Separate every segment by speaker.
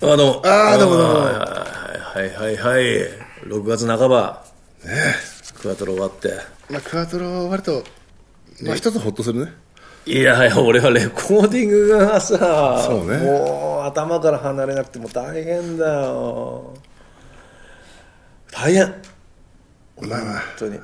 Speaker 1: あ、どうも。
Speaker 2: あーどうもどうも
Speaker 1: はいはいはいはい。6月半ば、
Speaker 2: ね
Speaker 1: クワトロ終わって。
Speaker 2: えまあクワトロ割とまあ一つホッとするね
Speaker 1: いやいや、俺はレコーディングがさ、
Speaker 2: そうね
Speaker 1: もう頭から離れなくてもう大変だよ。大変。
Speaker 2: まあまあ
Speaker 1: 本当に。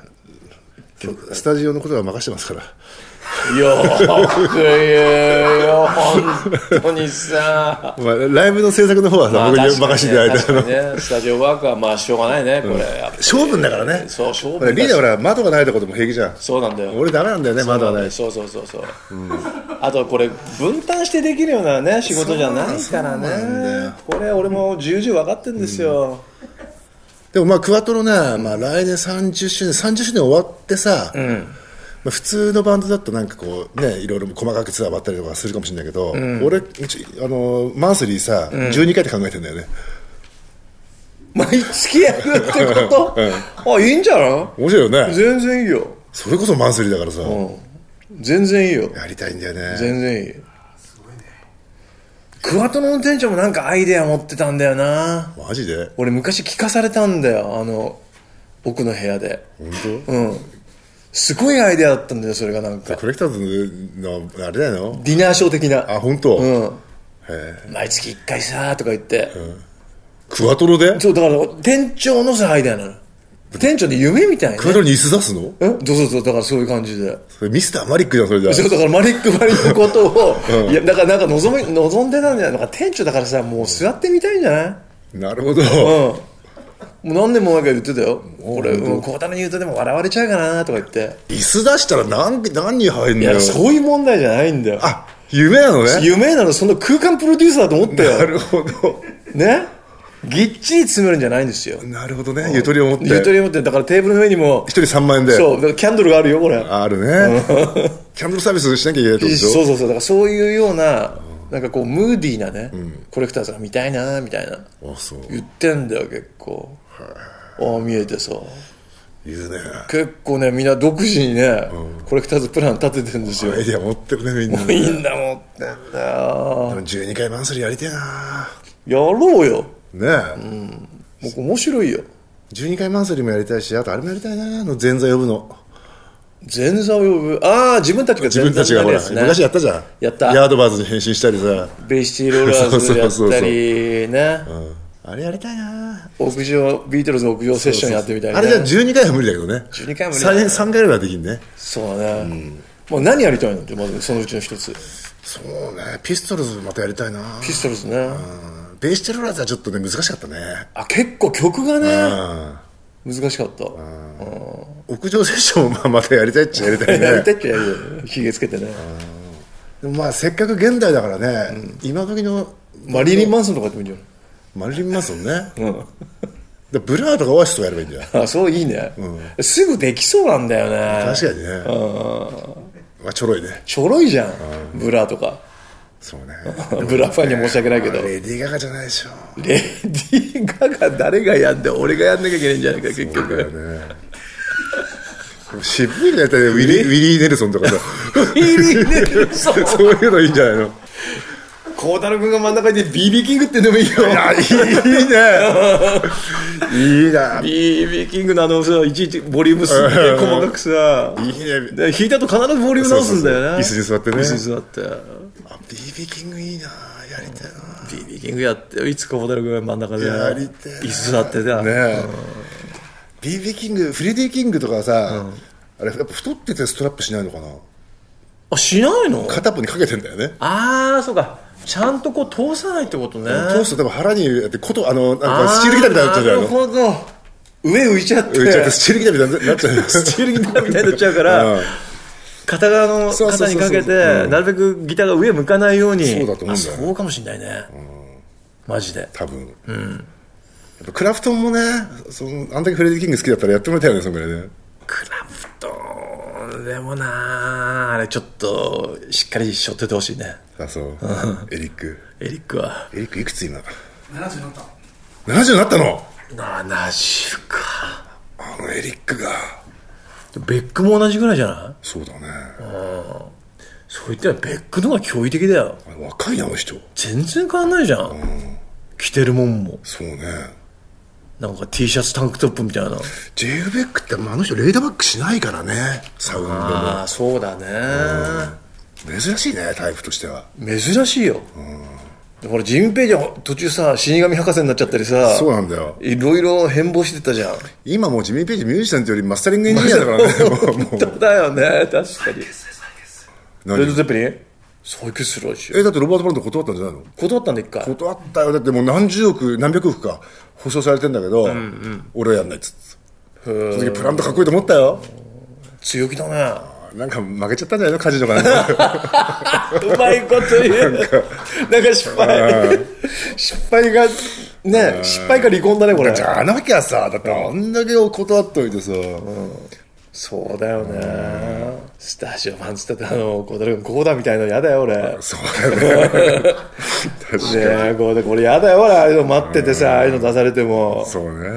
Speaker 2: スタジオのことは任してますから
Speaker 1: よーく言うよ、本当にさ。
Speaker 2: まあライブの制作の方はさ、
Speaker 1: まあ
Speaker 2: 僕に
Speaker 1: 確か
Speaker 2: 任せていただいた
Speaker 1: ね
Speaker 2: の、
Speaker 1: 確かにね、スタジオワークはまあしょうがないね、これ。やっぱり
Speaker 2: 勝負だからね
Speaker 1: そう、勝負
Speaker 2: ほ
Speaker 1: だ
Speaker 2: ら
Speaker 1: し
Speaker 2: リーダーほら窓がないとことも平気じゃん
Speaker 1: そうなんだよ。
Speaker 2: 俺ダメなんだよね窓がないし
Speaker 1: そうそうそうそう、あとこれ分担してできるようなね仕事じゃないから
Speaker 2: そうなんだ
Speaker 1: ね
Speaker 2: よ
Speaker 1: これ俺も重々分かってんですよ、
Speaker 2: でもまあクワトロね、まあ、来年30周年30周年終わってさ、まあ、普通のバンドだとなんかこうねいろいろ細かくツアー回ったりとかするかもしれないけど、俺うちあのマンスリーさ、12回って考えてんだよね
Speaker 1: 毎月やるってこと、あいいんじゃな
Speaker 2: 面白いよ
Speaker 1: い
Speaker 2: ね
Speaker 1: 全然いいよ、
Speaker 2: それこそマンスリーだからさ、
Speaker 1: うん、全然いいよ
Speaker 2: やりたいんだよね
Speaker 1: 全然いいクワトロの店長もなんかアイデア持ってたんだよな
Speaker 2: マジで
Speaker 1: 俺昔聞かされたんだよあの奥の部屋で
Speaker 2: 本当、
Speaker 1: うんすごいアイデアだったんだよそれがなんか
Speaker 2: コレクターズのあれだよの
Speaker 1: ディナーショー的な
Speaker 2: あ本当、
Speaker 1: う
Speaker 2: へ
Speaker 1: ん
Speaker 2: え
Speaker 1: 毎月1回さーとか言って、
Speaker 2: クワトロで
Speaker 1: そうだから店長のさアイデアなの店長で夢みたいな、
Speaker 2: クワト
Speaker 1: ね、
Speaker 2: ロに椅子出すの
Speaker 1: うんそうそうそうだからそういう感じで
Speaker 2: それミスターマリックじゃんそれじゃ
Speaker 1: そう だからマリック・マリのことを、いやだからなんか望み望んでたんじゃないのか店長だからさもう座ってみたいんじゃない
Speaker 2: なるほど、
Speaker 1: うんもう何年も前から言ってたよ俺うん孝太郎に言うとでも笑われちゃうかなとか言って
Speaker 2: 椅子出したら何何人入ん
Speaker 1: い
Speaker 2: の
Speaker 1: や
Speaker 2: よ
Speaker 1: そういう問題じゃないんだよ
Speaker 2: あ夢なのね
Speaker 1: 夢なのその空間プロデューサーだと思った
Speaker 2: な
Speaker 1: よ
Speaker 2: るほど
Speaker 1: ねぎっちり詰めるんじゃないんですよ
Speaker 2: なるほどねゆとりを持って
Speaker 1: ゆと
Speaker 2: 一
Speaker 1: りを持ってだからテーブルの上にも
Speaker 2: 人3万円で
Speaker 1: そうだからキャンドルがあるよこれ
Speaker 2: あるねキャンドルサービスしなきゃいけないってことでしょ
Speaker 1: そうそうそうだからそういうようななんかこうムーディーなね、コレクターズが見たいなみたいな
Speaker 2: あそう
Speaker 1: 言ってんだよ結構ああ見えてさ
Speaker 2: 言うね
Speaker 1: 結構ねみんな独自にね、コレクターズプラン立ててんですよ
Speaker 2: アイデア持ってるねみんな
Speaker 1: み
Speaker 2: で
Speaker 1: んな持ってんだよ
Speaker 2: も12回マンスリーやりてえな
Speaker 1: やろうよ
Speaker 2: ねえ、
Speaker 1: もう面白いよ
Speaker 2: 12回マンスリーもやりたいしあとあれもやりたいなあの前座呼ぶの
Speaker 1: 前座を呼ぶああ自分たちが
Speaker 2: 自
Speaker 1: 前
Speaker 2: 分たち
Speaker 1: 座
Speaker 2: が
Speaker 1: に
Speaker 2: ほ
Speaker 1: なる
Speaker 2: ら
Speaker 1: やつね
Speaker 2: 昔やったじゃん
Speaker 1: やった
Speaker 2: ヤードバーズに変身したりさ
Speaker 1: ベイシティローラーズやったりね
Speaker 2: うんあれやりたいな
Speaker 1: 屋上ビートルズの屋上セッションやってみたいな
Speaker 2: あれじゃ12回は無理だけどね
Speaker 1: 12回は無理だね
Speaker 2: 3, 回ぐらいはできんね
Speaker 1: そうだね、もう何やりたいのってまずそのうちの一つ
Speaker 2: そうねピストルズまたやりたいな
Speaker 1: ピストルズね、
Speaker 2: うんベーシテルラーズはちょっとね難しかったね
Speaker 1: あ結構曲が
Speaker 2: う
Speaker 1: ね、
Speaker 2: ん
Speaker 1: 難しかった、
Speaker 2: 屋上セッションもまあまたやりたいっ ちゃやりたい
Speaker 1: やりた
Speaker 2: ね
Speaker 1: いっちゃやるよねひげつけてね、
Speaker 2: でもまあせっかく現代だからね、今時の
Speaker 1: マリリン・マンソンとかやってもいいんじ
Speaker 2: マリリン・マンソンね
Speaker 1: ゃない、うん
Speaker 2: でブラーとかオアシスとかやればいいんじゃない
Speaker 1: あそういいね、すぐできそうなんだよね
Speaker 2: 確かにねまあちょろいね
Speaker 1: ちょろいじゃん、ブラとか
Speaker 2: そうね
Speaker 1: ブラファンには申し訳ないけどレ
Speaker 2: レディー・ガガじゃないでしょ
Speaker 1: ディー・ガガ誰がやんで俺がやんなきゃいけないんじゃないか結 局、
Speaker 2: だよねでも渋いねやったら ウィリーウィリー・ネルソンとかさ
Speaker 1: ビリー・ネルソン
Speaker 2: そういうのいいんじゃないの
Speaker 1: 孝太郎君が真ん中にいて BB キングってのもいいよ
Speaker 2: いやい いねいいな
Speaker 1: BB キングのあのさいちいちボリュームすっげえ細かくさ
Speaker 2: いいね
Speaker 1: で弾いたと必ずボリューム直すんだよね
Speaker 2: そうそうそう椅子に座ってね
Speaker 1: 椅子に座って
Speaker 2: あ BB キングいいなやりたいな
Speaker 1: BB キングやってよいつか小太郎君が真ん中で
Speaker 2: やりてえ
Speaker 1: 椅子座ってさ、
Speaker 2: ねえ BB キングフレディ・キングとかさ、あれやっぱ太っててストラップしないのかな
Speaker 1: あしないの
Speaker 2: 片っぽにかけてんだよね
Speaker 1: ああそうかちゃんとこう通さないってことね
Speaker 2: 通すと多分腹にやってことあのなんか
Speaker 1: あ
Speaker 2: スチールギターみたいになっちゃうじゃない
Speaker 1: なる
Speaker 2: の
Speaker 1: ほど上浮いちゃって
Speaker 2: 浮いちゃってスチールギターみたいになっちゃう
Speaker 1: スチールギターみたいになっちゃうから、
Speaker 2: うん
Speaker 1: 片側の
Speaker 2: そうそうそう
Speaker 1: 肩
Speaker 2: そう
Speaker 1: にかけて、
Speaker 2: うん
Speaker 1: なるべくギターが上向かないように
Speaker 2: そうだと思うんだよ
Speaker 1: あそうかもしんないね、マジで
Speaker 2: 多分、やっぱクラフトンもねそのあんだけフレディ・キング好きだったらやってもらいたいよねそのぐらいね
Speaker 1: クラフトンでもなああれちょっとしっかりしょっててほしいね
Speaker 2: あそうエリック
Speaker 1: エリックは
Speaker 2: エリックいくつ今
Speaker 3: 70になった
Speaker 2: 70になったの
Speaker 1: 70か
Speaker 2: あのエリックが
Speaker 1: ベックも同じぐらいじゃない
Speaker 2: そうだね
Speaker 1: そう言ったらベックの方が驚異的だよ
Speaker 2: あれ若いなあの人
Speaker 1: 全然変わんないじゃん、着てるもんも
Speaker 2: そうね
Speaker 1: なんか T シャツタンクトップみたいな
Speaker 2: ジェフベックってまああの人レイダーバックしないからねサウンドも
Speaker 1: ああそうだね
Speaker 2: 珍しいねタイプとしては
Speaker 1: 珍しいよ、だからジム・ペイジは途中さ死神博士になっちゃったりさ
Speaker 2: そうなんだよ
Speaker 1: いろいろ変貌してたじゃん
Speaker 2: 今もうジミー・ページミュージシャンってよりマスタリングエンジニアだから ねもうも
Speaker 1: 本当だよね確かに
Speaker 2: 何
Speaker 1: レッド・ゼッペリンそうクスローシュ
Speaker 2: えだってロバート・プラント断ったんじゃないの
Speaker 1: 断ったんで一回
Speaker 2: 断ったよだってもう何十億何百億か保証されてんだけど、俺はやんないっつってその時プラントかっこいいと思ったよ
Speaker 1: 強気だね
Speaker 2: なんか負けちゃったんじゃないのカジ ノかなんか
Speaker 1: うまいこと言うなんか失敗失敗がね失敗か離婚だねこれ
Speaker 2: じゃなきゃさだってあんだけ断っといてさ、
Speaker 1: そうだよねスタジオマンつってたの小田君こうだみたいなのやだよ俺ね
Speaker 2: そうだよね 確かに、
Speaker 1: えこうだこれやだよ俺ああいうの待っててさああいうの出されても
Speaker 2: そう
Speaker 3: あ
Speaker 2: ね、
Speaker 3: れ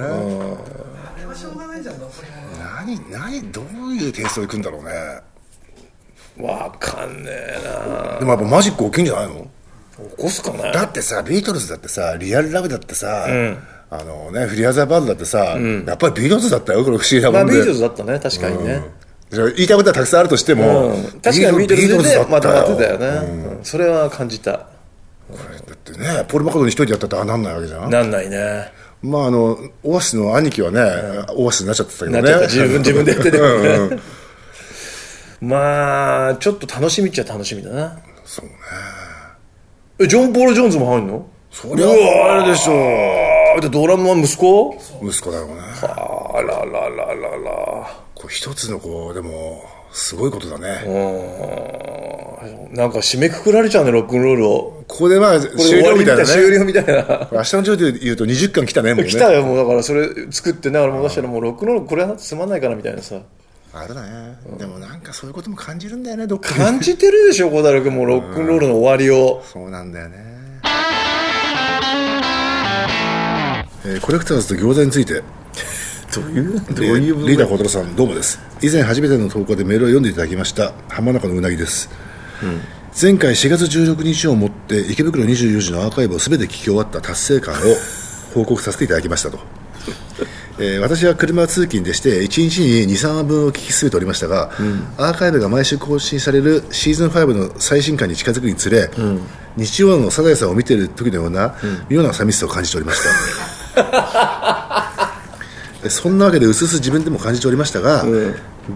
Speaker 3: はしょうがないじゃん残り物
Speaker 2: 何何どういうテイストでいくんだろうね
Speaker 1: わかんねえ
Speaker 2: でもやっぱマジック大きいんじゃないの
Speaker 1: な起こすかね
Speaker 2: だってさビートルズだってさリアルラブだってさ、あのねフリアザーバードだってさ、やっぱりビートルズだったよこれ不思議な
Speaker 1: まあ
Speaker 2: もん
Speaker 1: ビ
Speaker 2: で、
Speaker 1: ートルズだったね確かにね
Speaker 2: 言いたいことはたくさんあるとしても、
Speaker 1: うん確かにビートルズでまとまってたよ
Speaker 2: ね
Speaker 1: ねうんそれは感じた
Speaker 2: だってねポール・マカートニー一人でやったってああなんないわけじゃん
Speaker 1: なんないね
Speaker 2: まああのオアシスの兄貴はね、オアシスになっちゃってたけど
Speaker 1: な
Speaker 2: ね
Speaker 1: っちゃった自 分自分でやってて
Speaker 2: うんうん
Speaker 1: まあちょっと楽しみっちゃ楽しみだな
Speaker 2: そうね
Speaker 1: えジョン・ポール・ジョーンズも入んの
Speaker 2: そりゃあれでしょ
Speaker 1: あでドラムは息子
Speaker 2: 息子だろうね
Speaker 1: あららららら
Speaker 2: これ一つのこうでもすごいことだね、
Speaker 1: うーんなんか締めくくられちゃうねロックンロールを
Speaker 2: ここでまあ
Speaker 1: これ
Speaker 2: 終了みたいな
Speaker 1: 終
Speaker 2: ね
Speaker 1: わりみたいな終了みたいな
Speaker 2: 明日の上で言うと20巻来たねもうね
Speaker 1: 来たよもうだからそれ作ってねあれも出したらもうロックンロールこれはつまんないからみたいなさ
Speaker 2: あれだね、でもなんかそういうことも感じるんだよねどっか
Speaker 1: 感じてるでしょ小太郎君もうロックンロールの終わりを
Speaker 2: そうなんだよね、えーコレクターズと餃子について
Speaker 1: どういうど
Speaker 2: えーリーダー小太郎さんどうもです以前初めての投稿でメールを読んでいただきました浜中のうなぎです、前回4月16日をもって池袋24時のアーカイブを全て聞き終わった達成感を報告させていただきましたと、 えー私は車通勤でして1日に23話分を聞き進めておりましたが、アーカイブが毎週更新されるシーズン5の最新刊に近づくにつれ、日曜のサザエさんを見ている時のような、妙な寂しさを感じておりました そんなわけで薄々自分でも感じておりましたが、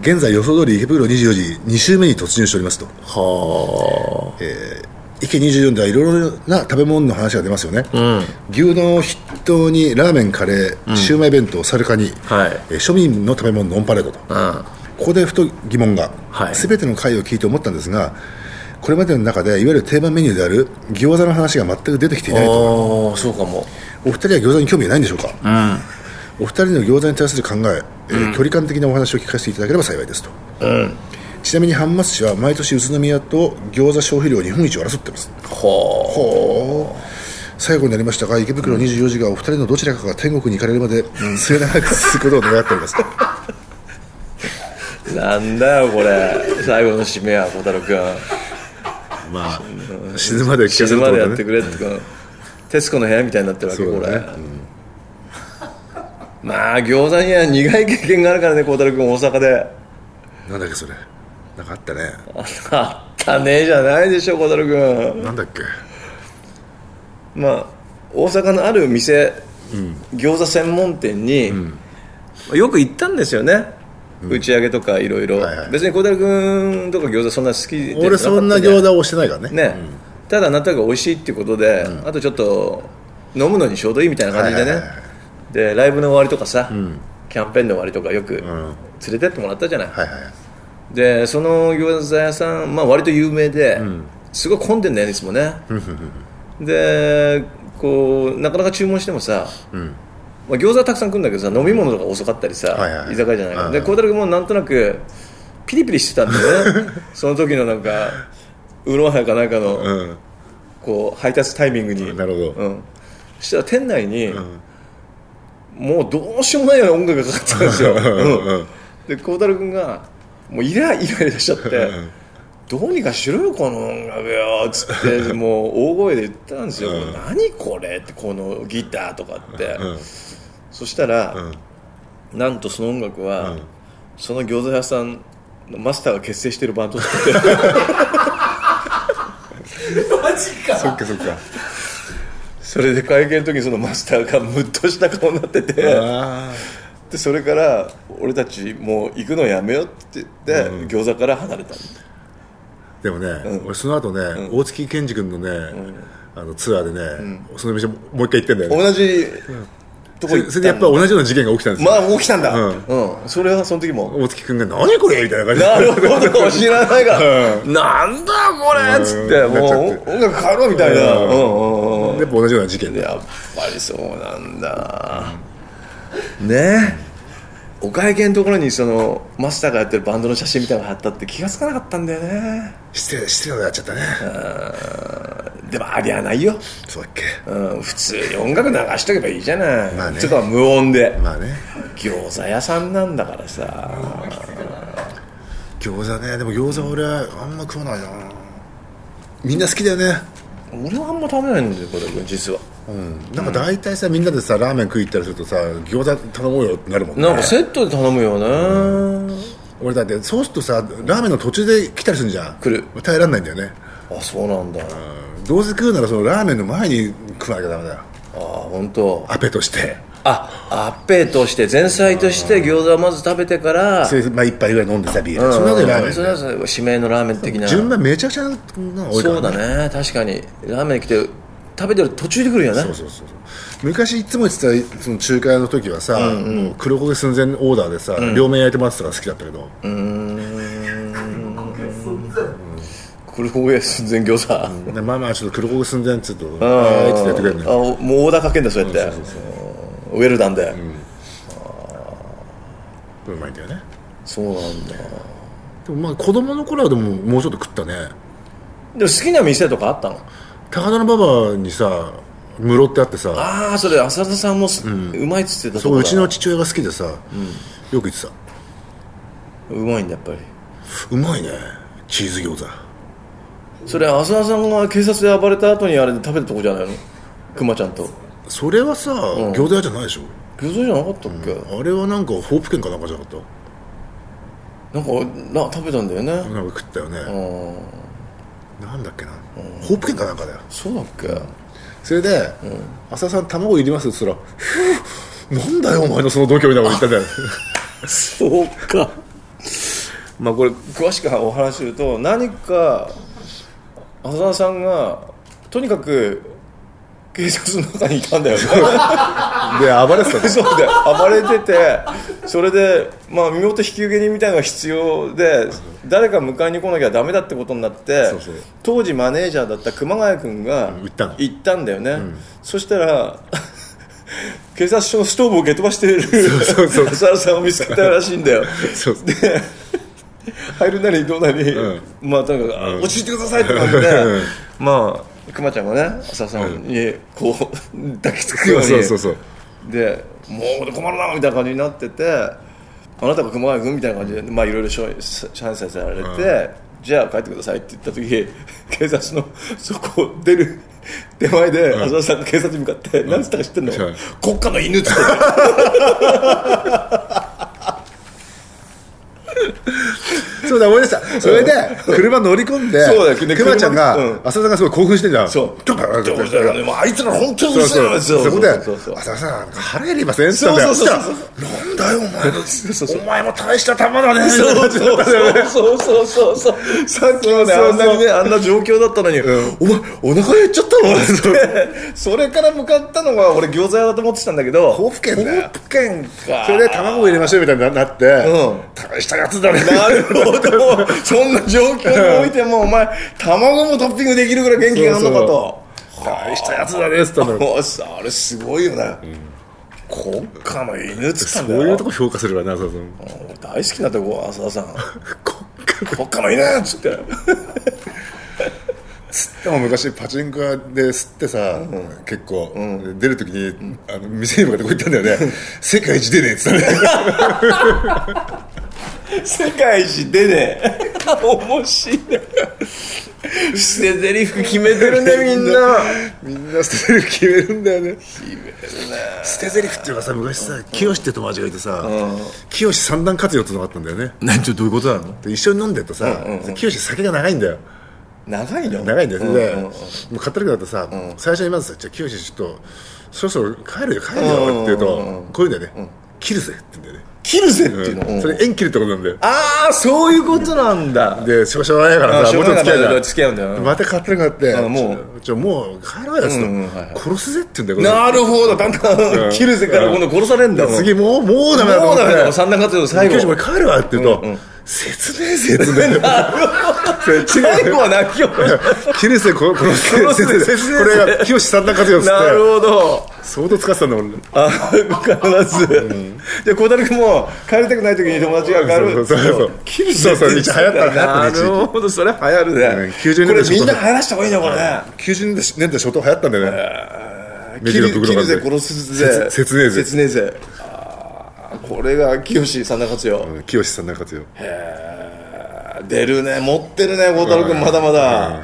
Speaker 2: 現在予想通り池袋24時2週目に突入しておりますと
Speaker 1: は
Speaker 2: 池24ではいろいろな食べ物の話が出ますよね、牛丼を筆頭にラーメンカレー、シウマイ弁当サルカニ、
Speaker 1: はい
Speaker 2: えー庶民の食べ物のオンパレードと、
Speaker 1: あ
Speaker 2: ここでふと疑問が、
Speaker 1: はい
Speaker 2: すべての回を聞いて思ったんですがこれまでの中でいわゆる定番メニューである餃子の話が全く出てきていないと
Speaker 1: あそうかも
Speaker 2: お二人は餃子に興味ないんでしょうか、お二人の餃子に対する考ええー距離感的なお話を聞かせていただければ幸いですと、ちなみに浜松市は毎年宇都宮と餃子消費量日本一を争ってます
Speaker 1: は
Speaker 2: ほう最後になりましたが池袋24時がお二人のどちらかが天国に行かれるまで末永く続くことを願ってお ります
Speaker 1: あなんだよこれ最後の締めは小太郎君
Speaker 2: まあ死ぬまで聞
Speaker 1: 死
Speaker 2: かせ
Speaker 1: ぬ
Speaker 2: る
Speaker 1: まで
Speaker 2: と
Speaker 1: や
Speaker 2: ね
Speaker 1: ってくれってか徹子の部屋みたいになってるわけ、
Speaker 2: そう
Speaker 1: こ
Speaker 2: だ
Speaker 1: れ、
Speaker 2: ね
Speaker 1: まあ餃子には苦い経験があるからね孝太郎君大阪で
Speaker 2: なんだっけそれなんかあったね
Speaker 1: あったねじゃないでしょ孝太郎君
Speaker 2: なんだっけ
Speaker 1: まあ大阪のある店、餃子専門店に、よく行ったんですよね、打ち上げとかいろいろ
Speaker 2: はいはい
Speaker 1: 別に孝太郎君とか餃子そんな好きじゃなか
Speaker 2: 俺
Speaker 1: ったじゃ
Speaker 2: そんな餃子を押してないからね
Speaker 1: ね、ただなんとなく美味しいっていうことで、あとちょっと飲むのにちょうどいいみたいな感じでね、
Speaker 2: はいはいはいは
Speaker 1: でライブの終わりとかさ、キャンペーンの終わりとかよく連れてってもらったじゃない、
Speaker 2: はいはい
Speaker 1: でその餃子屋さん、まあ、割と有名で、すごい混んでんだよねいつもねでこうなかなか注文してもさ、まあ、餃子はたくさん来るんだけどさ飲み物とか遅かったりさ、
Speaker 2: はいはい
Speaker 1: 居酒屋じゃないか
Speaker 2: う
Speaker 1: ら
Speaker 2: ん
Speaker 1: で孝太郎君もなんとなくピリピリしてたんだよ ねその時のなんかウーロンハイかなんかの、
Speaker 2: うん
Speaker 1: こう配達タイミングに
Speaker 2: なるほど
Speaker 1: うん、そしたら店内に、もうどうしようもないような音楽がかかってたんですよ、
Speaker 2: うんうん
Speaker 1: うんで孝太郎君がもうイライライラしちゃって、どうにかしろよこの音楽よつってもう大声で言ったんですよ、
Speaker 2: うん
Speaker 1: 何これってこのギターとかって、
Speaker 2: うん
Speaker 1: そしたら、
Speaker 2: うん
Speaker 1: なんとその音楽は、
Speaker 2: うん
Speaker 1: その餃子屋さんのマスターが結成してるバンドだ って
Speaker 3: マジか
Speaker 2: そっかそっか
Speaker 1: それで会見の時にそのマスターがムッとした顔になってて
Speaker 2: あ
Speaker 1: でそれから俺たちもう行くのやめようって言って、餃子から離れた
Speaker 2: ーでもね、俺その後ね、大月健二君のね、あのツアーでね、その店ももう一回行ってんだよね
Speaker 1: 同じと
Speaker 2: そ
Speaker 1: こ行っ
Speaker 2: れ
Speaker 1: たんだ
Speaker 2: それでやっぱ同じような事件が起きたんですよ、
Speaker 1: まあ起きたんだ、
Speaker 2: う
Speaker 1: うんそれはその時も
Speaker 2: 大月君が「何これ!」みたいな感じで
Speaker 1: なるほど知らないから、なんだこれっつって、
Speaker 2: うん
Speaker 1: も
Speaker 2: なっちゃっ
Speaker 1: う音楽変わろうみたいな、う
Speaker 2: うんん
Speaker 1: うんうん
Speaker 2: やっぱ同じような事件で
Speaker 1: やっぱりそうなんだ、ねえお会計のところにそのマスターがやってるバンドの写真みたいなのが貼ったって気が付かなかったんだよね
Speaker 2: 失礼失礼なやっちゃったね
Speaker 1: でもありゃないよ、
Speaker 2: そうだっけ
Speaker 1: うん、普通に音楽流しとけばいいじゃない、
Speaker 2: まあね
Speaker 1: つうか無音で、
Speaker 2: まあね
Speaker 1: 餃子屋さんなんだからさ
Speaker 2: 餃子ねでも餃子俺あんま食わないなみんな好きだよね
Speaker 1: 俺はあんま食べないんだよこれ実は
Speaker 2: うんなんか大体さみんなでさラーメン食い行ったりするとさ餃子頼もうよってなるもんね
Speaker 1: なんかセットで頼むよね、
Speaker 2: 俺だってそうするとさラーメンの途中で来たりするんじゃん
Speaker 1: 来る
Speaker 2: 耐えらんないんだよね
Speaker 1: あそうなんだ、あ
Speaker 2: うんどうせ食うならそのラーメンの前に食わなきゃダメだよ
Speaker 1: あ本当。
Speaker 2: アペとして
Speaker 1: あアッペーとして前菜として餃子をまず食べてから
Speaker 2: それでまあ一杯ぐらい飲んでさビー
Speaker 1: う
Speaker 2: ル
Speaker 1: ん
Speaker 2: その後にラーメ
Speaker 1: そ
Speaker 2: ン
Speaker 1: れ
Speaker 2: ね
Speaker 1: はそれ指名のラーメン的な
Speaker 2: 順番めちゃくちゃなの多いから
Speaker 1: そうだね確かにラーメン来て食べてる途中で来るよね
Speaker 2: そうそうそう昔いつも言ってたその中華屋の時はさ、もう黒焦げ寸前のオーダーでさ、両面焼いてますとか好きだったけど、
Speaker 1: 黒焦げ寸前餃子、
Speaker 2: でまあまあちょっと黒焦げ寸前っつうと「
Speaker 1: あ
Speaker 2: ああ」っつってやってくれる
Speaker 1: あ
Speaker 2: のよ
Speaker 1: もうオーダーかけんだそうやって、ウェルダンで、
Speaker 2: うまいんだよね
Speaker 1: そうなんだ
Speaker 2: でもまあ子供の頃はでももうちょっと食ったね
Speaker 1: でも好きな店とかあったの
Speaker 2: 高田馬場にさ室ってあってさ
Speaker 1: ああそれ浅田さんもす、うまいっつってたと
Speaker 2: そこ
Speaker 1: こ
Speaker 2: う
Speaker 1: だ
Speaker 2: ちの父親が好きでさ、よく行ってた
Speaker 1: うまいんだやっぱり
Speaker 2: うまいねチーズ餃子
Speaker 1: それ浅田さんが警察で暴れた後にあれで食べたとこじゃないのクマちゃんと
Speaker 2: それはさ、餃子屋じゃないでしょ
Speaker 1: 餃子じゃなかったっけ、
Speaker 2: あれはなんかホープ券かなんかじゃなかっ
Speaker 1: なんかな食べたんだよね、
Speaker 2: たなんか食ったよね、
Speaker 1: うん
Speaker 2: なんだっけな、ホープ券かなんかだよ
Speaker 1: そうだっけ、
Speaker 2: それで「浅田さん卵いります?」って言ったらふう「なんだよお前のその度胸みたいなこと言ったんだよ
Speaker 1: そうか まあこれ詳しくお話しすると何か浅田さんがとにかく警察の中にいたんだよね
Speaker 2: で暴れてたんです
Speaker 1: そうで暴れててそれでまあ身元引き受け人みたいなのが必要で誰か迎えに来なきゃダメだってことになって
Speaker 2: そうそう
Speaker 1: 当時マネージャーだった熊谷君が
Speaker 2: ん行ったの
Speaker 1: 行ったんだよね、そしたら 警察署のストーブを蹴飛ばしている
Speaker 2: そうそう
Speaker 1: 浅田さんを見つけたらしいんだよ
Speaker 2: そうそう
Speaker 1: で入るなりどうなり、
Speaker 2: うん
Speaker 1: まあとにかくあ落ち着いてくださいって感じで、
Speaker 2: うん
Speaker 1: まあ熊ちゃんがね浅田さんにこう、抱きつくように
Speaker 2: そうそうそう
Speaker 1: でもう困るなみたいな感じになっててあなたが熊谷君みたいな感じでまあいろいろシャンセされて、じゃあ帰ってくださいって言った時警察のそこを出る手前で浅田さんが警察に向かって、なん、何つったか知ってんの、
Speaker 2: はい
Speaker 1: 国家の犬っつって
Speaker 2: そうだ思い出したそれで車乗り込んで
Speaker 1: そうだよで
Speaker 2: くまちゃんが
Speaker 1: 車にうん
Speaker 2: 浅田さんがすごい興奮してんじゃん
Speaker 1: そう
Speaker 2: ドカーンって
Speaker 1: どうしたらねもうあいつら本当にう
Speaker 2: そ
Speaker 1: る
Speaker 2: う
Speaker 1: せえなや
Speaker 2: そう
Speaker 1: つよ
Speaker 2: そこで
Speaker 1: そうそうそう
Speaker 2: 浅田さんなんか腹減りませんって言ったんだよ
Speaker 1: そうそうそう
Speaker 2: したらなんだよお前の
Speaker 1: そうそう
Speaker 2: お前も大した玉だね
Speaker 1: そうそうそうそうそうそうそうさっきまであんなにねあんな状況だったのに、お前お腹減っちゃったのってそれから向かったのが俺餃子屋だと思ってたんだけど
Speaker 2: ホープ券だよ
Speaker 1: ホープ券か
Speaker 2: それで卵入れましょうみたいになって、
Speaker 1: うん
Speaker 2: 大したやつだね
Speaker 1: なるほどそんな状況においてもお前卵もトッピングできるぐらい元気があるのかと
Speaker 2: 大したやつだねっつったんだよ
Speaker 1: もうさあれすごいよね、国家の犬っつったん
Speaker 2: そ
Speaker 1: だ
Speaker 2: う
Speaker 1: よ
Speaker 2: いうとこ評価するわな浅田さん
Speaker 1: 俺大好きなんだよ浅田さん国家の犬っつって
Speaker 2: でも昔パチンコ屋で吸ってさ、結構、出るときに、あの店に向かってこう言ったんだよね「世界一出ねえ」っつったね
Speaker 1: 世界一出ねえ面白い捨て台詞決め てるねみんな
Speaker 2: みんな捨て台詞決めるんだよね決めるね捨て台詞っていうのがさ昔さ清って友達がいてさ清三段活用っていうのがあったんだよね
Speaker 1: なんちょどういうことなの
Speaker 2: で一緒に飲んでるとさ清酒が長いんだよ
Speaker 1: 長いの
Speaker 2: 長いんだよ
Speaker 1: う
Speaker 2: で
Speaker 1: うん
Speaker 2: もう語るくなってさ最初にまずさ「じゃあ清ちょっとそろそろ帰るよ帰るよ」って言うとこういうんだよね「切るぜ」って言うんだよね
Speaker 1: 切るぜっていうの、
Speaker 2: うんそれ縁切るってことなんだよ
Speaker 1: ああそういうことなんだ
Speaker 2: でしょうしょうがないから
Speaker 1: あ
Speaker 2: さ
Speaker 1: しょ
Speaker 2: も
Speaker 1: う
Speaker 2: うち
Speaker 1: が
Speaker 2: ょっ
Speaker 1: な
Speaker 2: と
Speaker 1: いか
Speaker 2: 付
Speaker 1: ら
Speaker 2: き合うじゃん
Speaker 1: 付き合うんだよ
Speaker 2: また買ってなくなって
Speaker 1: あもう
Speaker 2: ちょちょもう帰ろうやつと、
Speaker 1: うんうんはいはい
Speaker 2: 殺すぜって言うんだよ
Speaker 1: なるほどだんだん切るぜから今度殺されんだもん
Speaker 2: 次もうもうダメだと
Speaker 1: も
Speaker 2: 思
Speaker 1: う
Speaker 2: って
Speaker 1: ダメだよ三段活用最
Speaker 2: 教授
Speaker 1: 後
Speaker 2: これ帰るわって言うと、説明説明
Speaker 1: 最後は泣 きよ
Speaker 2: 切るぜここの
Speaker 1: 殺すぜ
Speaker 2: 説
Speaker 1: 説
Speaker 2: 明
Speaker 1: 明
Speaker 2: これが清さんな活用っつっ
Speaker 1: なる
Speaker 2: て
Speaker 1: ほど
Speaker 2: 相当使ってたんだ俺
Speaker 1: あ必ず、じゃあ孝太郎君も帰りたくない時に友達が帰る
Speaker 2: そうそうそう
Speaker 1: 切るぜって言ってた
Speaker 2: そうそう一時流行った流行
Speaker 1: な
Speaker 2: った一時
Speaker 1: るほどそれ流行るね、
Speaker 2: うん90年代
Speaker 1: これみんな流行らした方がいいねこれね、
Speaker 2: 90年代初頭流行ったんだよね
Speaker 1: 切る
Speaker 2: メディアのところ
Speaker 1: 切
Speaker 2: ま
Speaker 1: る
Speaker 2: で
Speaker 1: ぜ殺すぜ
Speaker 2: せ切ねえぜ
Speaker 1: 切ねえぜあーこれが清三段活用、
Speaker 2: うん清さんな活用
Speaker 1: へー出るね持ってるね孝太郎君まだまだ、あ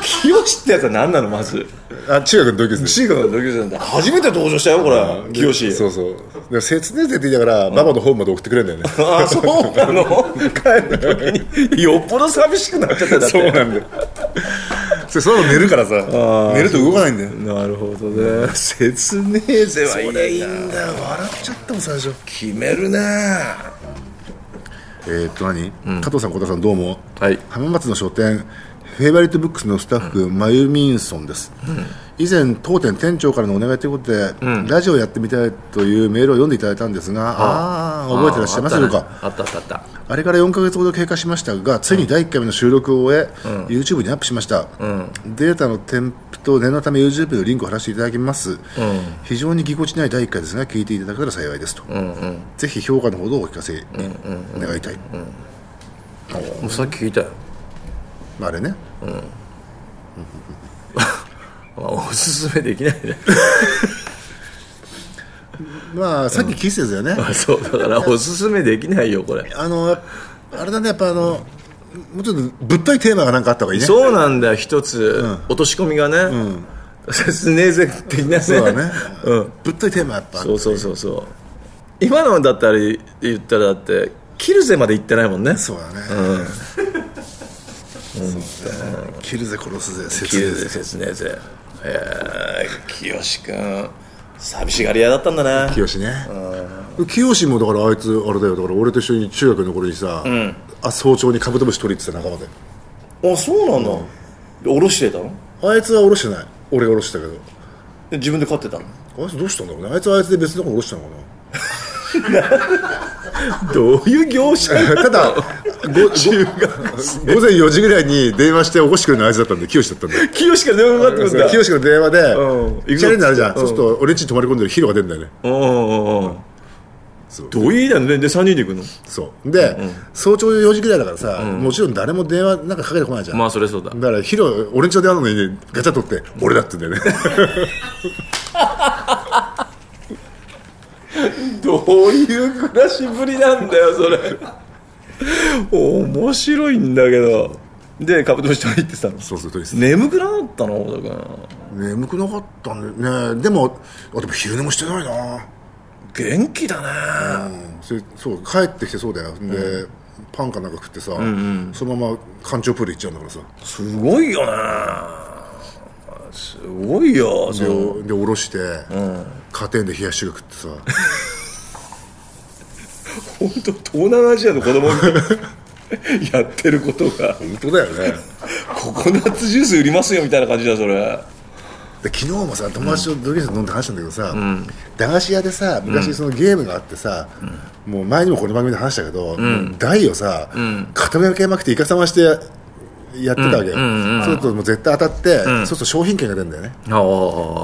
Speaker 1: ち清ってやつは何なのまず
Speaker 2: あ中学の同級生です
Speaker 1: 中学の同級生なんだ初めて登場したよこれ清
Speaker 2: そうそうでも説明説って言いながらママのホームまで送ってくれるんだよね
Speaker 1: ああそうなの帰る時によっぽど寂しくなっちゃったんだって
Speaker 2: そうなんだよ それそのまま寝るからさ寝ると動かないんだよ
Speaker 1: なるほどね説明ぜはい
Speaker 2: それい
Speaker 1: い
Speaker 2: い
Speaker 1: なん
Speaker 2: だよ笑っちゃったもん最初
Speaker 1: 決めるね
Speaker 2: えーっと何、加藤さん、小田さん、どうも、
Speaker 1: はい
Speaker 2: 浜松の書店、フェイバリットブックスのスタッフ、まゆみんそんです、以前、当店店長からのお願いということで、ラジオやってみたいというメールを読んでいただいたんですが、ああー、覚えてらっしゃいますでしょうか。
Speaker 1: あったあったあった
Speaker 2: あれから4か月ほど経過しましたがついに第1回目の収録を終え、YouTube にアップしました、データの添付と念のため YouTube のリンクを貼らせていただきます、非常にぎこちない第1回ですが聞いていただけたら幸いですと、ぜひ評価のほどをお聞かせ願いたい、
Speaker 1: もうさっき聞いたよ
Speaker 2: まあ、あれね
Speaker 1: まあおすすめできないね
Speaker 2: まあさっき聞いてたやつだよね、
Speaker 1: あそうだからおすすめできないよこれ
Speaker 2: あのあれだねやっぱあのもうちょっとぶっといテーマがなんかあった方がいいね
Speaker 1: そうなんだよ一つ落とし込みがね 説明ぜ的なね
Speaker 2: そうだね、
Speaker 1: うん
Speaker 2: ぶっといテーマやっぱ
Speaker 1: そうそうそうそう今のだったら言ったらだってキルゼまで行ってないもんね
Speaker 2: そうだね、そうだね切るぜ殺すぜ
Speaker 1: キ
Speaker 2: 切
Speaker 1: ルゼ説明ぜえー清君寂しがり屋だったんだね
Speaker 2: 清ね清もだからあいつあれだよだから俺と一緒に中学の頃にさ、あ早朝にカブトムシ取りに行ってた仲間
Speaker 1: あそうなんだでおろしてたの
Speaker 2: であいつは下ろしてない俺が下ろしてたけ
Speaker 1: で自分で飼ってたの
Speaker 2: どあいつどうしたんだろうねあいつはあいつで別のところ下ろしたのかな
Speaker 1: どういう業 者
Speaker 2: ただごご午前4時ぐらいに電話して起こしてくれるのあいつだったんで清だったんで
Speaker 1: 清しから電話かかってくるんだ
Speaker 2: 清の電話で、
Speaker 1: うん行くぞ
Speaker 2: チャレンジあるじゃ
Speaker 1: う
Speaker 2: ん、
Speaker 1: ん
Speaker 2: そうすると俺んちに泊まり込んでるヒロが出るんだよね
Speaker 1: うんうんうん
Speaker 2: そう
Speaker 1: どういいだねで3人で行くの
Speaker 2: そうで、早朝4時ぐらいだからさ、もちろん誰も電話なんかかけてこないじゃん、
Speaker 1: まあそれそうだ
Speaker 2: だからヒロ俺んちの電話なのにガチャ取って俺だって言うんだ よね
Speaker 1: どういう暮らしぶりなんだよそれ面白いんだけどでカブトムシ取り行ってたの
Speaker 2: そうそうとりあえず
Speaker 1: 眠くなかったの小田君
Speaker 2: 眠くなかったねねでもあでも昼寝もしてないな
Speaker 1: 元気だね
Speaker 2: それそう帰ってきてそうだよで、パンかなんか食ってさ、そのまま館長プール行っちゃうんだからさ、
Speaker 1: すごいよねすごいよその
Speaker 2: でで下ろして、カーテンで冷やし中華食ってさ
Speaker 1: 本当東南アジアの子供に やってることが
Speaker 2: 本当だよね
Speaker 1: ココナッツジュース売りますよみたいな感じだそれ
Speaker 2: で昨日もさ友達と同級生と飲んで話したんだけどさ、駄菓子屋でさ昔そのゲームがあってさ、もう前にもこの番組で話したけど、台をさ、傾けまくっていかさましてやってたわけよ、そうするともう絶対当たって、そうすると商品券が出るんだよね、
Speaker 1: ああ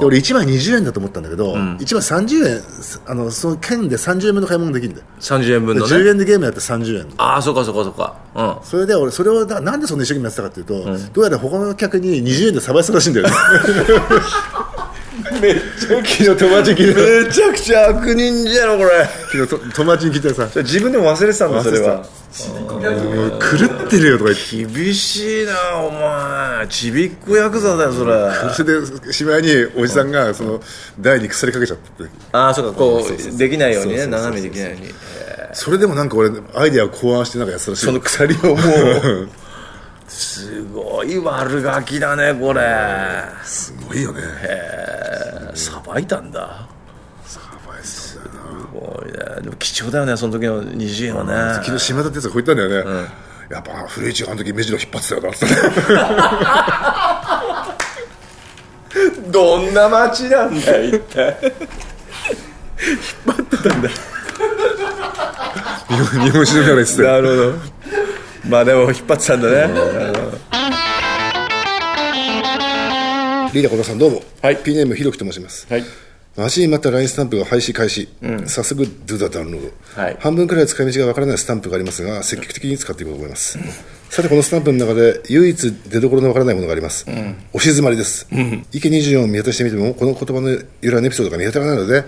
Speaker 2: で俺1枚20円だと思ったんだけど、一1枚30円すあのその券で30円分の買い物できるんだよ、
Speaker 1: 30円分
Speaker 2: で
Speaker 1: の
Speaker 2: 10
Speaker 1: ね
Speaker 2: 円でゲームやって30円
Speaker 1: ああそっかそっかそっかうん
Speaker 2: それで俺それをだなんでそんな一生懸命やってたかっていうと、どうやら他の客に20円でサバイスらしいんだよね
Speaker 1: めっちゃ
Speaker 2: 昨日友達に聞いた
Speaker 1: めちゃくちゃ悪人じゃろこれ
Speaker 2: 昨日と友達に聞いたらさ
Speaker 1: それ自分でも忘れてたんだそれは
Speaker 2: もう狂ってるよとか言って
Speaker 1: 厳しいなお前ちびっこヤクザだよそれ
Speaker 2: それでしまいにおじさんがその台に鎖かけちゃったって
Speaker 1: ああそうかこ
Speaker 2: そうそうそう
Speaker 1: うできないようにね
Speaker 2: そうそうそうそう
Speaker 1: 斜めできないように
Speaker 2: それでもなんか俺アイデアを考案してなんかやってたらしい
Speaker 1: その鎖をもうすごい悪ガキだね これ
Speaker 2: すごいよね
Speaker 1: さばいたんだ
Speaker 2: かわいそうだよな
Speaker 1: すごいねでも貴重だよねその時の20円はね
Speaker 2: 昨日島田哲也こう言ったんだよね、やっぱ古市があの時目白引っ張ってたよなって
Speaker 1: どんな街なんだ一体
Speaker 2: 日本日本酒飲みながら言ってたよ
Speaker 1: なるほどまあでも引っ張ってたんだね
Speaker 2: リーダー小田さんどうも、
Speaker 1: はい
Speaker 2: ピンネームひろきと申します、
Speaker 1: はい
Speaker 2: 足にまた LINE スタンプが廃止開始、早速 Do the download、
Speaker 1: はい
Speaker 2: 半分くらい使い道がわからないスタンプがありますが積極的に使っていこうと思います、さてこのスタンプの中で唯一出どころのわからないものがあります、押し詰まりです、池24を見渡してみてもこの言葉の由来のエピソードが見当たらないので、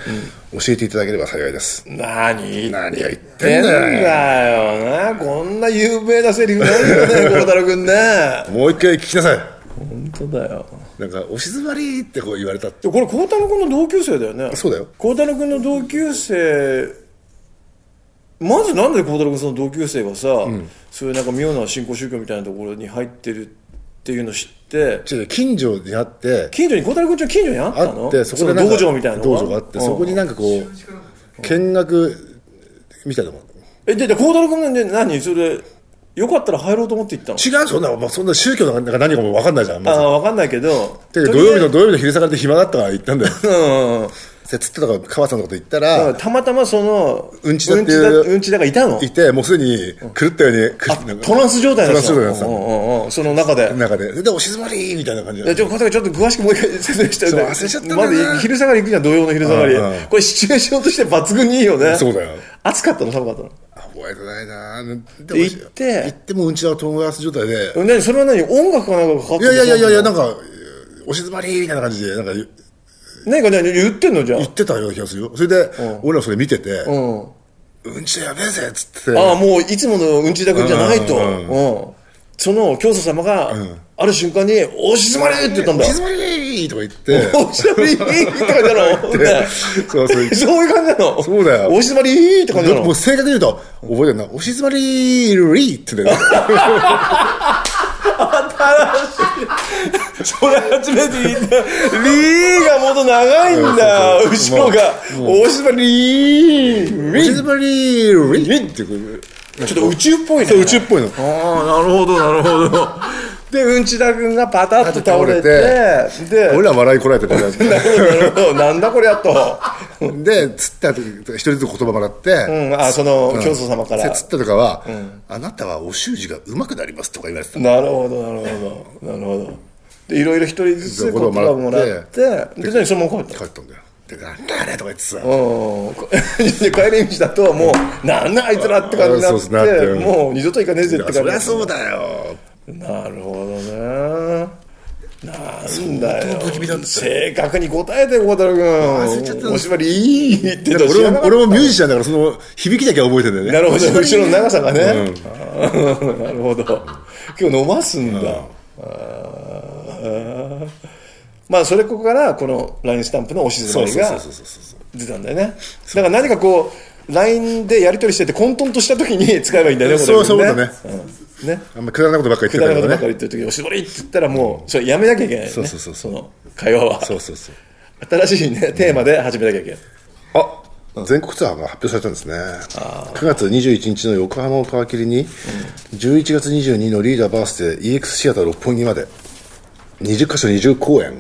Speaker 2: 教えていただければ幸いです
Speaker 1: 何言っ
Speaker 2: 何が言って
Speaker 1: て
Speaker 2: ん
Speaker 1: ん
Speaker 2: だよ
Speaker 1: だよなこんな有名なセリフないよね孝太郎君ね
Speaker 2: もう一回聞きなさい
Speaker 1: 本当だよ
Speaker 2: なんか押し詰まりってこう言われたって
Speaker 1: でこれ孝太郎君の同級生だよね
Speaker 2: そうだよ
Speaker 1: 孝太郎君の同級生まずなんで孝太郎君その同級生がさ、そういうなんか妙な新興宗教みたいなところに入ってるっていうの知って
Speaker 2: 違う違う近所にあって
Speaker 1: 近所に孝太郎君ちの近所にあったの
Speaker 2: あってそこで
Speaker 1: の
Speaker 2: なんか
Speaker 1: 道場みたいなの
Speaker 2: 道場があってそこになんかこう見学みたいなもん
Speaker 1: えでで孝太郎君ね何それよかったら入ろうと思って行ったの
Speaker 2: 違うそんな、まあ、そんな宗教なんか何かも分かんないじゃん、ま
Speaker 1: あ
Speaker 2: ず
Speaker 1: あ分かんないけど
Speaker 2: てか土曜日の土曜日の昼下がりで暇だったから行ったんだよ
Speaker 1: うんうんうん
Speaker 2: で釣ってたから川さんのこと言ったら、
Speaker 1: だからたまたまその
Speaker 2: うんちだってい
Speaker 1: うん
Speaker 2: う
Speaker 1: ちだうんちだがいたの
Speaker 2: いてもうすでに狂ったように狂っ
Speaker 1: トランス状態
Speaker 2: ト
Speaker 1: の
Speaker 2: ランス状態の
Speaker 1: そ
Speaker 2: さ
Speaker 1: その中で
Speaker 2: 中でで押し詰まりみたいな感じ
Speaker 1: いや
Speaker 2: で
Speaker 1: ちょっと小坂ちょっと詳しくもう一回説明して
Speaker 2: そう忘れちゃったんだ
Speaker 1: ま
Speaker 2: よね
Speaker 1: ず昼下がり行くじゃん土曜の昼下がり
Speaker 2: うんうん
Speaker 1: これシチュエーションとして抜群にいいよね
Speaker 2: そうだよ
Speaker 1: 暑かったの寒かったの
Speaker 2: 覚えてないなで
Speaker 1: で行って
Speaker 2: 行ってもうんちだを友達状態で
Speaker 1: 何それは何音楽かなんかかかって
Speaker 2: い
Speaker 1: る
Speaker 2: やいやいやいやいやなん
Speaker 1: か
Speaker 2: か押し詰まりみたいな感じでなんか言
Speaker 1: 何か何言ってんのじゃあ
Speaker 2: 言ってたような気がするよそれで俺らそれ見てて
Speaker 1: うん
Speaker 2: うんちだやべえぜっつって
Speaker 1: ああもういつものうんちだくんじゃないと、
Speaker 2: う
Speaker 1: うんん
Speaker 2: う
Speaker 1: その教祖様が、ある瞬間に「おしずまれ!」って言ったんだ
Speaker 2: 押し詰まりとか言 って
Speaker 1: 「おしゃべり!」って感じな のね
Speaker 2: そうそう
Speaker 1: そういう感じなの
Speaker 2: そうだよ
Speaker 1: おしずまり!」って感じな
Speaker 2: も
Speaker 1: の
Speaker 2: う正確に言うと覚えてるな押し詰まりりって言ってたよ
Speaker 1: それ初めて聞いた「リー」がもっと長いんだ
Speaker 2: そうそう
Speaker 1: 後ろが「おしずまり
Speaker 2: 押し詰まりりってこう
Speaker 1: ちょっと宇宙っぽいね
Speaker 2: そう宇宙っぽいの
Speaker 1: ああなるほどなるほどでうんちだくんがパタッと倒れてで
Speaker 2: 俺ら笑いこらえてたよ
Speaker 1: なるほど なんだこりゃと
Speaker 2: で釣った時一人ずつ言葉もらって、
Speaker 1: うん、あその教祖様から、
Speaker 2: で釣ったとかは、あなたはお習字がうまくなりますとか言われてた
Speaker 1: なるほどなるほどなるほどでいろいろ一人ずつ言葉をもらってで何そのまま帰った
Speaker 2: 帰ったんだよでなんだあれとか言ってさ
Speaker 1: うん こで帰り道だともうなんだあいつらって感じにな
Speaker 2: そう
Speaker 1: っ
Speaker 2: そう
Speaker 1: て
Speaker 2: なってうん
Speaker 1: もう二度と行かねえぜって感じ
Speaker 2: そりゃそうだよ
Speaker 1: なるほどねなんだよ
Speaker 2: 不気味だったよ
Speaker 1: 正確に答えて孝太郎
Speaker 2: れちゃった
Speaker 1: 君おしまりいいって言ってた
Speaker 2: 俺も俺もミュージシャンだからその響きだけは覚えてんだよね
Speaker 1: な るほど後ろの長さがね、あー なるほど今日飲ますんだ、あーまあそれここからこの LINE スタンプの押し
Speaker 2: そ
Speaker 1: 詰
Speaker 2: う
Speaker 1: まり
Speaker 2: そうそう
Speaker 1: が
Speaker 2: そうそう
Speaker 1: 出たんだよねだから何かこう LINE でやり取りしてて混沌とした時に使えばいいんだよね
Speaker 2: そうそう
Speaker 1: これ
Speaker 2: そうだね
Speaker 1: うんね
Speaker 2: あんまくだらないことばっかり
Speaker 1: く
Speaker 2: 言っ
Speaker 1: だらな
Speaker 2: て
Speaker 1: いことば
Speaker 2: た
Speaker 1: っから
Speaker 2: かね
Speaker 1: り言ってる時に押し詰まりって言ったらもうそれやめなきゃいけないよね
Speaker 2: そうそうそうそう
Speaker 1: の会話は
Speaker 2: そうそうそう
Speaker 1: 新しいねテーマで始めなきゃいけない
Speaker 2: あ全国ツアーが発表されたんですね9月21日の横浜を皮切りに、11月22日のリーダーバースデー EX シアター六本木まで20カ所20公演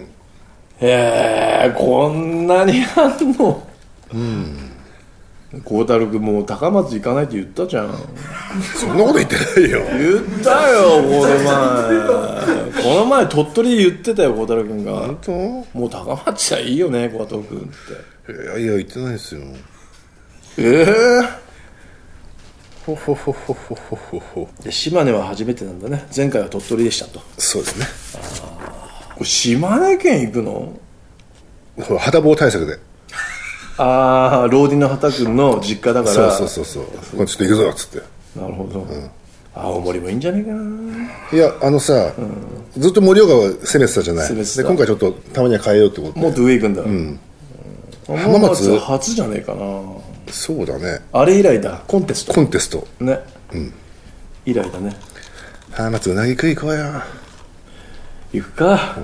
Speaker 1: へえこんなにあんのうん孝太郎君もう高松行かないって言ったじゃん
Speaker 2: そんなこと言ってないよ
Speaker 1: 言ったよこの前この前鳥取で言ってたよ孝太郎君が
Speaker 2: 本
Speaker 1: もう高松はいいよね孝太郎君って
Speaker 2: 当いやいや言ってないですよ
Speaker 1: ええ
Speaker 2: ほほほほほほほほ
Speaker 1: で島根は初めてなんだね前回は鳥取でしたと
Speaker 2: そうですね
Speaker 1: これ島根県行くの
Speaker 2: ほら肌棒対策で
Speaker 1: ああローディの畑君の実家だか
Speaker 2: そう
Speaker 1: ら
Speaker 2: そうそうそうこれちょっと行くぞっつって
Speaker 1: なるほど、青森もいいんじゃねえかない
Speaker 2: やあのさ、ずっと盛岡は攻めてたじゃない
Speaker 1: 攻めてた
Speaker 2: で今回ちょっとたまには変えようってことで
Speaker 1: もっと上行くんだ、うん、浜松
Speaker 2: 浜松
Speaker 1: 初じゃねえかな
Speaker 2: そうだね
Speaker 1: あれ以来だコンテスト
Speaker 2: コンテスト
Speaker 1: ね、以来だね
Speaker 2: 浜松うなぎ食い行こうよ
Speaker 1: 行くか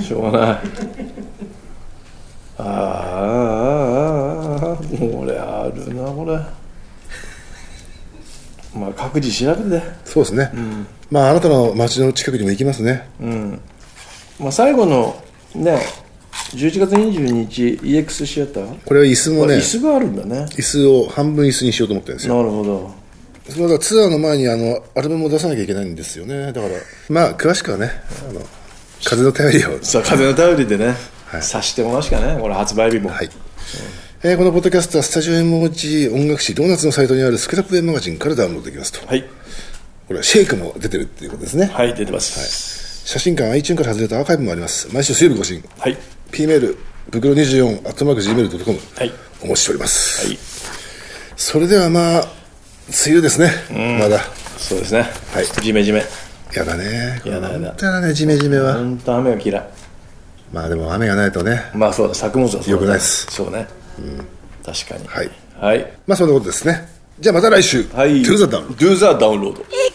Speaker 1: しょうがないあーあーあーあーこれあるなこれまあ各自調べて
Speaker 2: そうですね、まああなたの町の近くにも行きますね、
Speaker 1: まあ最後のね11月22日 EX シアター
Speaker 2: これは椅子も
Speaker 1: これ
Speaker 2: ね
Speaker 1: 椅子があるんだね
Speaker 2: 椅子を半分椅子にしようと思ってるんです
Speaker 1: な
Speaker 2: よ
Speaker 1: るほど
Speaker 2: そのツアーの前にあのアルバムを出さなきゃいけないんですよねだからまあ詳しくはねあの風の便りを
Speaker 1: さあ風の頼りでね、
Speaker 2: はい
Speaker 1: 察してもらうしかねこれ発売日も、
Speaker 2: はい、えーこのポッドキャストはスタジオ MOG 音楽誌ドーナツのサイトにあるスクラップウェブマガジンからダウンロードできますと、
Speaker 1: はい、
Speaker 2: これはシェイクも出てるっていうことですね、
Speaker 1: はい、出てます
Speaker 2: 写真館 iTunes から外れたアーカイブもあります毎週水曜日更新
Speaker 1: はい
Speaker 2: P メール袋24アットマーク Gmail.com
Speaker 1: はい
Speaker 2: お待ちしております、
Speaker 1: はい
Speaker 2: それではまあ梅雨ですね、まだ
Speaker 1: そうですね
Speaker 2: はい
Speaker 1: ジメジメ
Speaker 2: やだね
Speaker 1: やだやだ
Speaker 2: 本当やだねジメジメは、
Speaker 1: 本当雨は嫌い
Speaker 2: まあでも雨がないとね
Speaker 1: まあそうだ作物はそうだ、ね、
Speaker 2: よくないです
Speaker 1: そうね、確かに
Speaker 2: はい
Speaker 1: はい
Speaker 2: まあそんなことですねじゃあまた来週
Speaker 1: はい
Speaker 2: To the down
Speaker 1: Do the download